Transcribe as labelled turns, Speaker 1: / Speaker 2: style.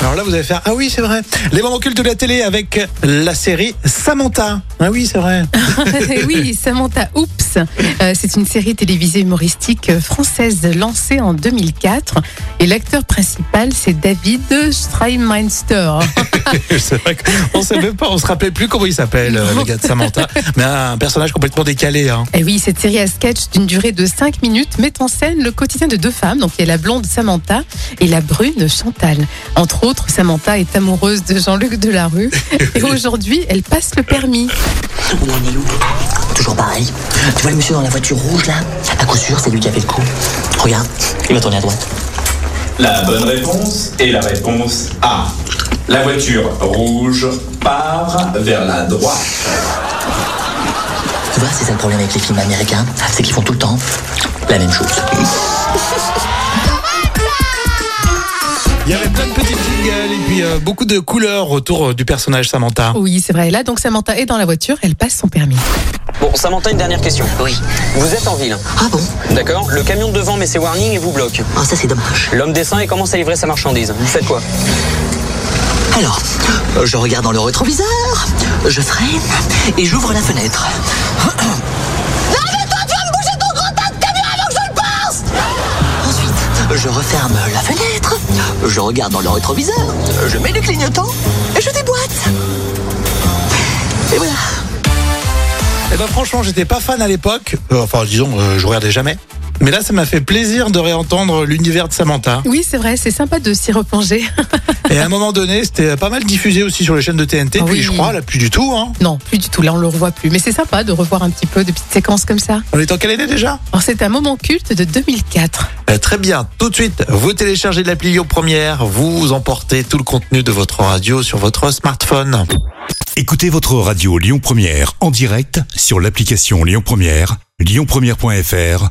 Speaker 1: Alors là, vous allez faire Ah oui, c'est vrai. Les moments cultes de la télé avec la série Samantha. Ah oui, c'est vrai.
Speaker 2: oui, Samantha Oops, Euh, c'est une série télévisée humoristique euh, française lancée en 2004 et l'acteur principal c'est David Streimmeister.
Speaker 1: c'est vrai qu'on savait pas, on se rappelait plus comment il s'appelle, euh, le gars de Samantha. Mais un personnage complètement décalé. Hein.
Speaker 2: Et Eh oui, cette série à sketch d'une durée de 5 minutes met en scène le quotidien de deux femmes, donc il y a la blonde Samantha et la brune Chantal. Entre autres, Samantha est amoureuse de Jean-Luc Delarue et aujourd'hui, elle passe le permis.
Speaker 3: On en est où Toujours pareil. Tu vois le monsieur dans la voiture rouge là À coup sûr, c'est lui qui a fait le coup. Regarde, il va tourner à droite.
Speaker 4: La bonne réponse est la réponse A. La voiture rouge part vers la droite.
Speaker 3: Tu vois, c'est ça le problème avec les films américains, c'est qu'ils font tout le temps la même chose.
Speaker 1: Il y avait plein de petits jingles et puis euh, beaucoup de couleurs autour euh, du personnage Samantha.
Speaker 2: Oui, c'est vrai. Là, donc Samantha est dans la voiture, elle passe son permis.
Speaker 5: Bon, Samantha, une dernière question.
Speaker 3: Oui.
Speaker 5: Vous êtes en ville, hein.
Speaker 3: Ah bon
Speaker 5: d'accord Le camion de devant met ses warnings et vous bloque.
Speaker 3: Ah ça c'est dommage.
Speaker 5: L'homme descend et commence à livrer sa marchandise. Vous faites quoi
Speaker 3: Alors, euh, je regarde dans le rétroviseur, je freine et j'ouvre la fenêtre. Ensuite, Je referme la fenêtre, je regarde dans le rétroviseur, je mets le clignotant et je déboîte. Et voilà.
Speaker 1: Et ben franchement, j'étais pas fan à l'époque. Euh, Enfin, disons, euh, je regardais jamais. Mais là, ça m'a fait plaisir de réentendre l'univers de Samantha.
Speaker 2: Oui, c'est vrai, c'est sympa de s'y replonger.
Speaker 1: Et à un moment donné, c'était pas mal diffusé aussi sur les chaînes de TNT.
Speaker 2: Ah
Speaker 1: puis
Speaker 2: oui.
Speaker 1: je crois, là, plus du tout. Hein.
Speaker 2: Non, plus du tout. Là, on le revoit plus. Mais c'est sympa de revoir un petit peu de petites séquences comme ça.
Speaker 1: On est en quelle année déjà
Speaker 2: Alors, c'est un moment culte de 2004.
Speaker 1: Euh, Très bien, tout de suite, vous téléchargez l'appli Lyon Première, vous emportez tout le contenu de votre radio sur votre smartphone.
Speaker 6: Écoutez votre radio Lyon Première en direct sur l'application Lyon Première, lyonpremière.fr